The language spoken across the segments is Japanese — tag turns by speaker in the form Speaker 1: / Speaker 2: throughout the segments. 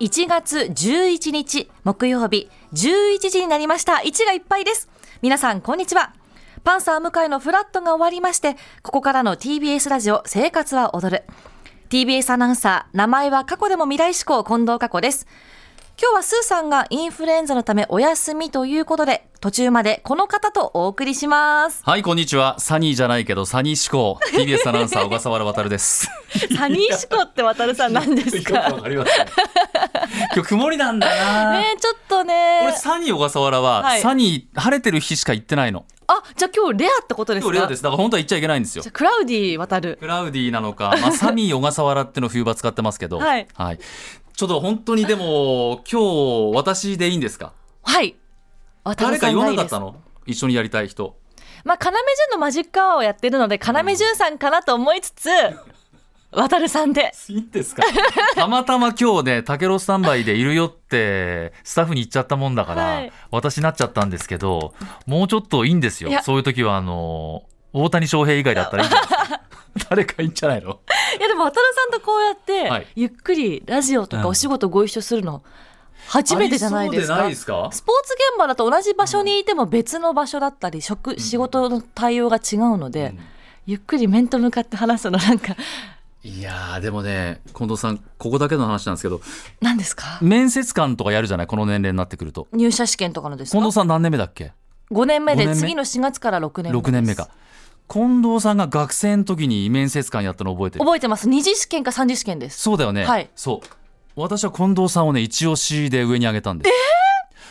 Speaker 1: 1月11日木曜日11時になりました1がいっぱいです皆さんこんにちはパンサー向井のフラットが終わりましてここからの TBS ラジオ生活は踊る TBS アナウンサー名前は過去でも未来志向近藤佳子です今日はスーさんがインフルエンザのためお休みということで途中までこの方とお送りし ます
Speaker 2: はい、こんにちは。サニーじゃないけど、サニー志向。TBS アナウンサー、小笠原渉です。
Speaker 1: サニーシコって渡るさんなんですかね
Speaker 2: かります、ね。今日曇りなんだな。
Speaker 1: えちょっと ね
Speaker 2: 俺、サニー小笠原は、
Speaker 1: はい
Speaker 2: サニー、晴れてる日しか行ってないの。
Speaker 1: あじゃあ今日レアってことです
Speaker 2: 今
Speaker 1: か
Speaker 2: 日レアです。だから本当は行っちゃいけないんですよ
Speaker 1: じゃあ。クラウディ渡る
Speaker 2: クラウディなのか、まあ、サミー小笠原っていうのを冬場使ってますけど、
Speaker 1: はい
Speaker 2: ちょっと本当にでも、今日、私でいいんですか
Speaker 1: はい渡
Speaker 2: 誰
Speaker 1: る
Speaker 2: か
Speaker 1: さん
Speaker 2: 言
Speaker 1: が
Speaker 2: わ
Speaker 1: い
Speaker 2: ないか
Speaker 1: で
Speaker 2: っ
Speaker 1: す
Speaker 2: たの一緒にやりたい人。
Speaker 1: まあ要潤のマジックアワーをやってるので要潤さんかなと思いつつ渡るさんで
Speaker 2: いいんですか たまたま今日ね、タケロスタンバイでいるよって、スタッフに言っちゃったもんだから、
Speaker 1: はい
Speaker 2: 私なっちゃったんですけど、もうちょっといいんですよ
Speaker 1: いや。
Speaker 2: そういう時は、あの、大谷翔平以外だったらいいんじゃない ですか誰かいいんじゃないの
Speaker 1: いやでも渡るさんとこうやって、
Speaker 2: はい
Speaker 1: ゆっくりラジオと
Speaker 2: う
Speaker 1: か
Speaker 2: ん
Speaker 1: お仕事ご一緒するの初めてじゃないですか
Speaker 2: ありそうでないですか
Speaker 1: スポーツ現場だと同じ場所にいても別の場所だったり職仕事の対応が違うので、ゆっくり面と向かって話すの なんか
Speaker 2: いやー、でもね、近藤さん、ここだけの話なんですけど、
Speaker 1: 何ですか
Speaker 2: 面接官とかやるじゃないこの年齢になってくると。
Speaker 1: 入社試験とかのです
Speaker 2: 近
Speaker 1: か
Speaker 2: 藤さん何年目だっけ
Speaker 1: 5年目
Speaker 2: 五
Speaker 1: で
Speaker 2: 年目
Speaker 1: 次の4月から6年目です
Speaker 2: ?6 年目か。近藤さんが学生の時に面接官やったの覚えてる
Speaker 1: 覚えてます二次試験か三次試験です
Speaker 2: そうだよね。
Speaker 1: はい
Speaker 2: そう。私は近藤さんをね、一押しで上に上げたんです。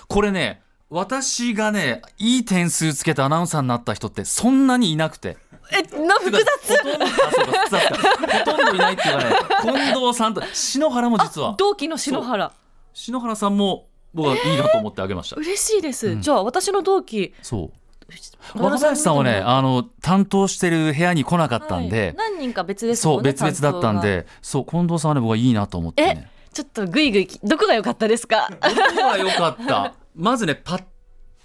Speaker 2: これね、私がね、いい点数つけてアナウンサーになった人ってそんなにいなくて。
Speaker 1: えな複雑
Speaker 2: ほとんど、あ、そうか、複雑か。ほとんどいないっていうかね、近藤さんと、篠原も実は、
Speaker 1: 同期の篠原
Speaker 2: 篠原さんも僕はいいなと思ってあげました。
Speaker 1: 嬉しいです、
Speaker 2: うん
Speaker 1: じゃあ私の同期
Speaker 2: そう。
Speaker 1: 渡
Speaker 2: 若
Speaker 1: る
Speaker 2: 林さんはね、
Speaker 1: の
Speaker 2: あの、担当してる部屋に来なかったん
Speaker 1: はい
Speaker 2: で、
Speaker 1: 何人か別です
Speaker 2: そ
Speaker 1: も
Speaker 2: う、
Speaker 1: んね
Speaker 2: 別々だったんで、そう、近藤さんはね、僕はいいなと思ってね。
Speaker 1: ちょっとグイグイどこが良かったです か
Speaker 2: 音は良かった。まずね、パッ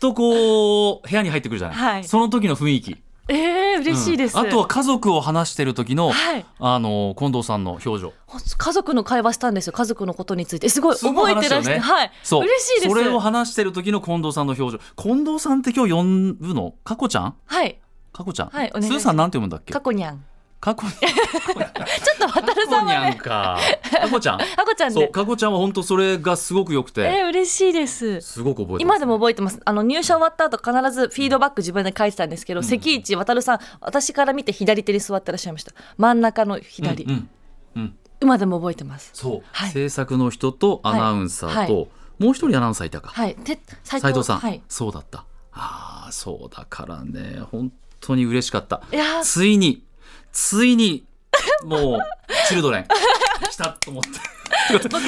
Speaker 2: とこう、部屋に入ってくるじゃない。
Speaker 1: はい
Speaker 2: その時の雰囲気。
Speaker 1: ええ嬉しいです、
Speaker 2: うんあとは家族を話してる時の、
Speaker 1: はい
Speaker 2: あの、近藤さんの表情。
Speaker 1: 家族の会話したんですよ家族のことについてすごい
Speaker 2: すごい
Speaker 1: 覚えてらして、
Speaker 2: 話よね
Speaker 1: はい
Speaker 2: そう。
Speaker 1: 嬉しいです
Speaker 2: それを話してる時の近藤さんの表情。近藤さんって今日呼ぶのかこちゃん
Speaker 1: はい
Speaker 2: かこちゃん。
Speaker 1: はいお願いします
Speaker 2: スーさんなんて読むんだっけ
Speaker 1: 過去にゃん
Speaker 2: かこ、
Speaker 1: ちょっと渡るさんはね
Speaker 2: か。かこち ゃん。
Speaker 1: あこちゃん
Speaker 2: そう、
Speaker 1: で
Speaker 2: かこちゃんは本当それがすごく良く
Speaker 1: え
Speaker 2: て、
Speaker 1: え嬉しいです
Speaker 2: すごく覚えてます
Speaker 1: 今でも覚えてますあの入社終わった後必ずフィードバック自分で書いてたんですけど、関一渡るさん私から見て左手に座ってらっしゃいました真ん中の左、
Speaker 2: うんうんうん
Speaker 1: 今でも覚えてます
Speaker 2: そう、
Speaker 1: はい
Speaker 2: 制作の人とアナウンサーと、
Speaker 1: はいはい
Speaker 2: もう一人アナウンサーいたか、
Speaker 1: はいて斉
Speaker 2: 斉藤さん、
Speaker 1: はい、
Speaker 2: そうだったああそうだからね本当に嬉しかった
Speaker 1: いやー
Speaker 2: ついについにもうチルドレン 来たと思って。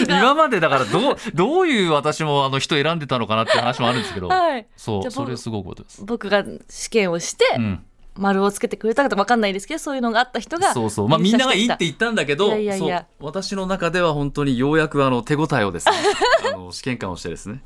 Speaker 2: 今までだからどうどういう私もあの人選んでたのかなって話もあるんですけど、
Speaker 1: はい
Speaker 2: そ
Speaker 1: じゃあ
Speaker 2: うそれ
Speaker 1: 僕
Speaker 2: すごくことです。
Speaker 1: 僕が試験をして、
Speaker 2: うん、
Speaker 1: 丸をつけてくれたかと分かんないですけどそういうのがあった人が
Speaker 2: そうそうまあみんながいいって言ったんだけど
Speaker 1: いやいやいや
Speaker 2: そう私の中では本当にようやくあの手応えをですねあの試験官をしてです ね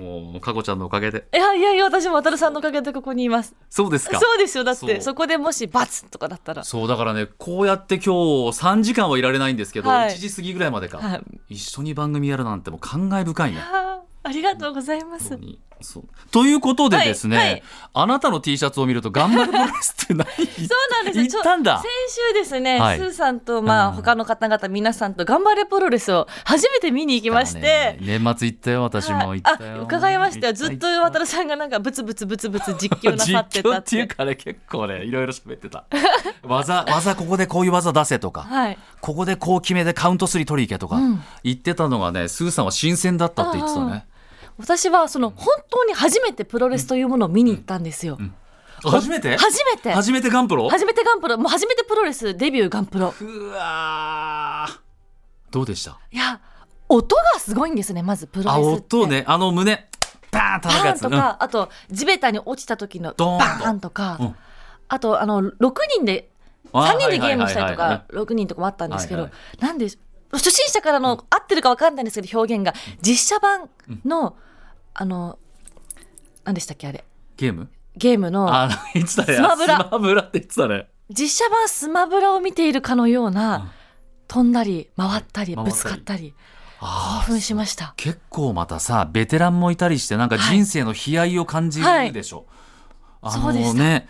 Speaker 2: もうかこちゃんのおかげで
Speaker 1: いやいやいや私も渡るさんのおかげでここにいます
Speaker 2: そうですか
Speaker 1: そうですよだって
Speaker 2: そう
Speaker 1: そこでもしバツとかだったら
Speaker 2: そうだからねこうやって今日3時間はいられないんですけど、
Speaker 1: はい
Speaker 2: 1時過ぎぐらいまでか、
Speaker 1: はい
Speaker 2: 一緒に番組やるなんてもう感慨深いね。
Speaker 1: あーありがとうございま
Speaker 2: 本
Speaker 1: す
Speaker 2: 当にそうということでですね、
Speaker 1: はいはい
Speaker 2: あなたの T シャツを見ると頑張れプロレスって何
Speaker 1: そうなんです
Speaker 2: 言ったんだ
Speaker 1: 先週ですね、
Speaker 2: はい
Speaker 1: スーさんとまあ
Speaker 2: うん
Speaker 1: 他の方々皆さんと頑張れプロレスを初めて見に行きまして、
Speaker 2: ね年末行ったよ私も行った
Speaker 1: あ
Speaker 2: よ
Speaker 1: 伺いましたよ
Speaker 2: 行
Speaker 1: ず
Speaker 2: た
Speaker 1: っと
Speaker 2: 行た
Speaker 1: 渡るさんがなんかブツブツブツブツ実況なさって
Speaker 2: 実
Speaker 1: た
Speaker 2: 況
Speaker 1: っ
Speaker 2: って
Speaker 1: て
Speaker 2: いうかね結構ねいろいろ喋ってた技 技ここでこういう技出せとか、
Speaker 1: はい
Speaker 2: ここでこう決めてカウントスリー取り行けとか、
Speaker 1: うん
Speaker 2: 言ってたのがねスーさんは新鮮だったって言ってたね
Speaker 1: 私はその本当に初めてプロレスというものを見に行ったんですよ、
Speaker 2: あ初めて
Speaker 1: 初めて
Speaker 2: 初めてガンプロ
Speaker 1: 初めてガンプロもう初めてプロレスデビューガンプロ
Speaker 2: うわーどうでした
Speaker 1: いや音がすごいんですねまずプロレスっ
Speaker 2: あ
Speaker 1: て
Speaker 2: 音ねあの胸バー
Speaker 1: パ
Speaker 2: ン叩く
Speaker 1: ー
Speaker 2: や
Speaker 1: ン
Speaker 2: つ
Speaker 1: とか、あと地べたに落ちた時の
Speaker 2: ドーンと
Speaker 1: バーンとか、
Speaker 2: うん
Speaker 1: あとあの6人で
Speaker 2: うんあ
Speaker 1: 3人でゲームしたりと
Speaker 2: はいはいはいは
Speaker 1: か6人とかもあったんですけど、
Speaker 2: はいは
Speaker 1: なんで初心者からの、合ってるか分かんないんですけど表現が実写版の、あの何でしたっけあれ
Speaker 2: いゲーム
Speaker 1: ゲームの
Speaker 2: あ言ってたね
Speaker 1: スマブラ
Speaker 2: スマブラって言ってたね
Speaker 1: 実写版スマブラを見ているかのような、
Speaker 2: うん
Speaker 1: 飛んだり回ったり
Speaker 2: 回ったり
Speaker 1: ぶつかったり興奮しました
Speaker 2: 結構またさベテランもいたりしてなんか人生の悲哀を感じるでしょ、
Speaker 1: はい
Speaker 2: あ
Speaker 1: そうで
Speaker 2: の
Speaker 1: した
Speaker 2: ね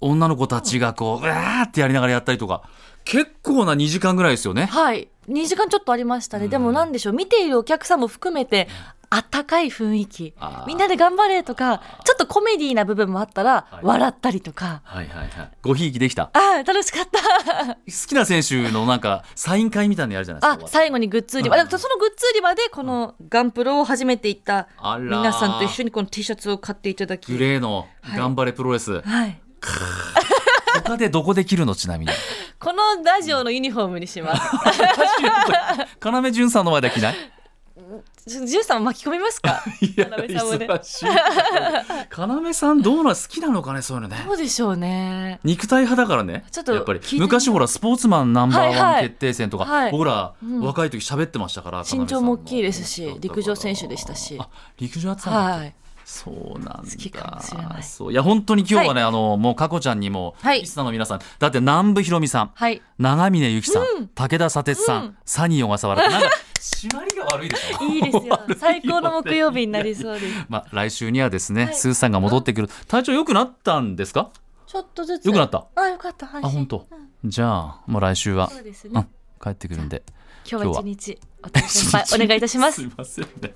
Speaker 2: 女の子たちがこううわーってやりながらやったりとか結構な2時間ぐらいですよね
Speaker 1: はい2時間ちょっとありましたね、でもなんでしょう見ているお客さんも含めてあったかい雰囲気
Speaker 2: あー
Speaker 1: みんなで頑張れとかちょっとコメディーな部分もあったら
Speaker 2: はい
Speaker 1: 笑ったりとか、
Speaker 2: はいはいはいごひいきできた
Speaker 1: あー楽しかった
Speaker 2: 好きな選手のなんかサイン会みたいなのやるじゃない
Speaker 1: あ
Speaker 2: ですか
Speaker 1: 最後にグッズ売り場、
Speaker 2: うん
Speaker 1: だからそのグッズ売り場でこのガンプロを初めて行った
Speaker 2: あらー
Speaker 1: 皆さんと一緒にこの T シャツを買っていただき
Speaker 2: グレーの頑張れプロレス、
Speaker 1: はい、
Speaker 2: 他でどこで着るのちなみに
Speaker 1: このラジオのユニフォームにします
Speaker 2: 要潤さんの前では着ない
Speaker 1: ちょジュースさんも巻き込みます か
Speaker 2: いや
Speaker 1: 要さんもね
Speaker 2: 忙しい要さんどうなん好きなのかねそういうのね
Speaker 1: どうでしょうね
Speaker 2: 肉体派だからね
Speaker 1: ちょっと
Speaker 2: やっぱり
Speaker 1: 聞いてみよう
Speaker 2: 昔ほらスポーツマンナンバー
Speaker 1: はい
Speaker 2: ワ
Speaker 1: は
Speaker 2: ン
Speaker 1: い
Speaker 2: 決定戦とか、
Speaker 1: はい
Speaker 2: 僕ら、
Speaker 1: うん
Speaker 2: 若い時喋ってましたから
Speaker 1: 身長も大きいです
Speaker 2: 要さん
Speaker 1: し
Speaker 2: の
Speaker 1: 陸上選手でしたし
Speaker 2: あ陸上やってたんだっけ、
Speaker 1: はい
Speaker 2: そうなんだ
Speaker 1: 好きかもしれない
Speaker 2: そういや本当に今日はね、あのもう佳子ちゃんにも、
Speaker 1: はい
Speaker 2: リスナーの皆さんだって南部ひろみさん
Speaker 1: はい
Speaker 2: 長峰由紀さん、
Speaker 1: うん
Speaker 2: 武田砂鉄さん、
Speaker 1: うん
Speaker 2: サニー小笠 原なんか締まりが 悪いでしょ
Speaker 1: いい ですよ最高の木曜日になりそうです
Speaker 2: まあ、来週にはですね、
Speaker 1: はい
Speaker 2: スーさんが戻ってくる体調良くなったんですか
Speaker 1: ちょっとずつ
Speaker 2: 良くなった
Speaker 1: あよかった安
Speaker 2: あ本
Speaker 1: 心
Speaker 2: 当、じゃあもう来週は
Speaker 1: そうです
Speaker 2: うん
Speaker 1: ね
Speaker 2: 帰ってくるんで
Speaker 1: 今日は一日お
Speaker 2: お
Speaker 1: 疲れ様お願いいたします
Speaker 2: すいませんね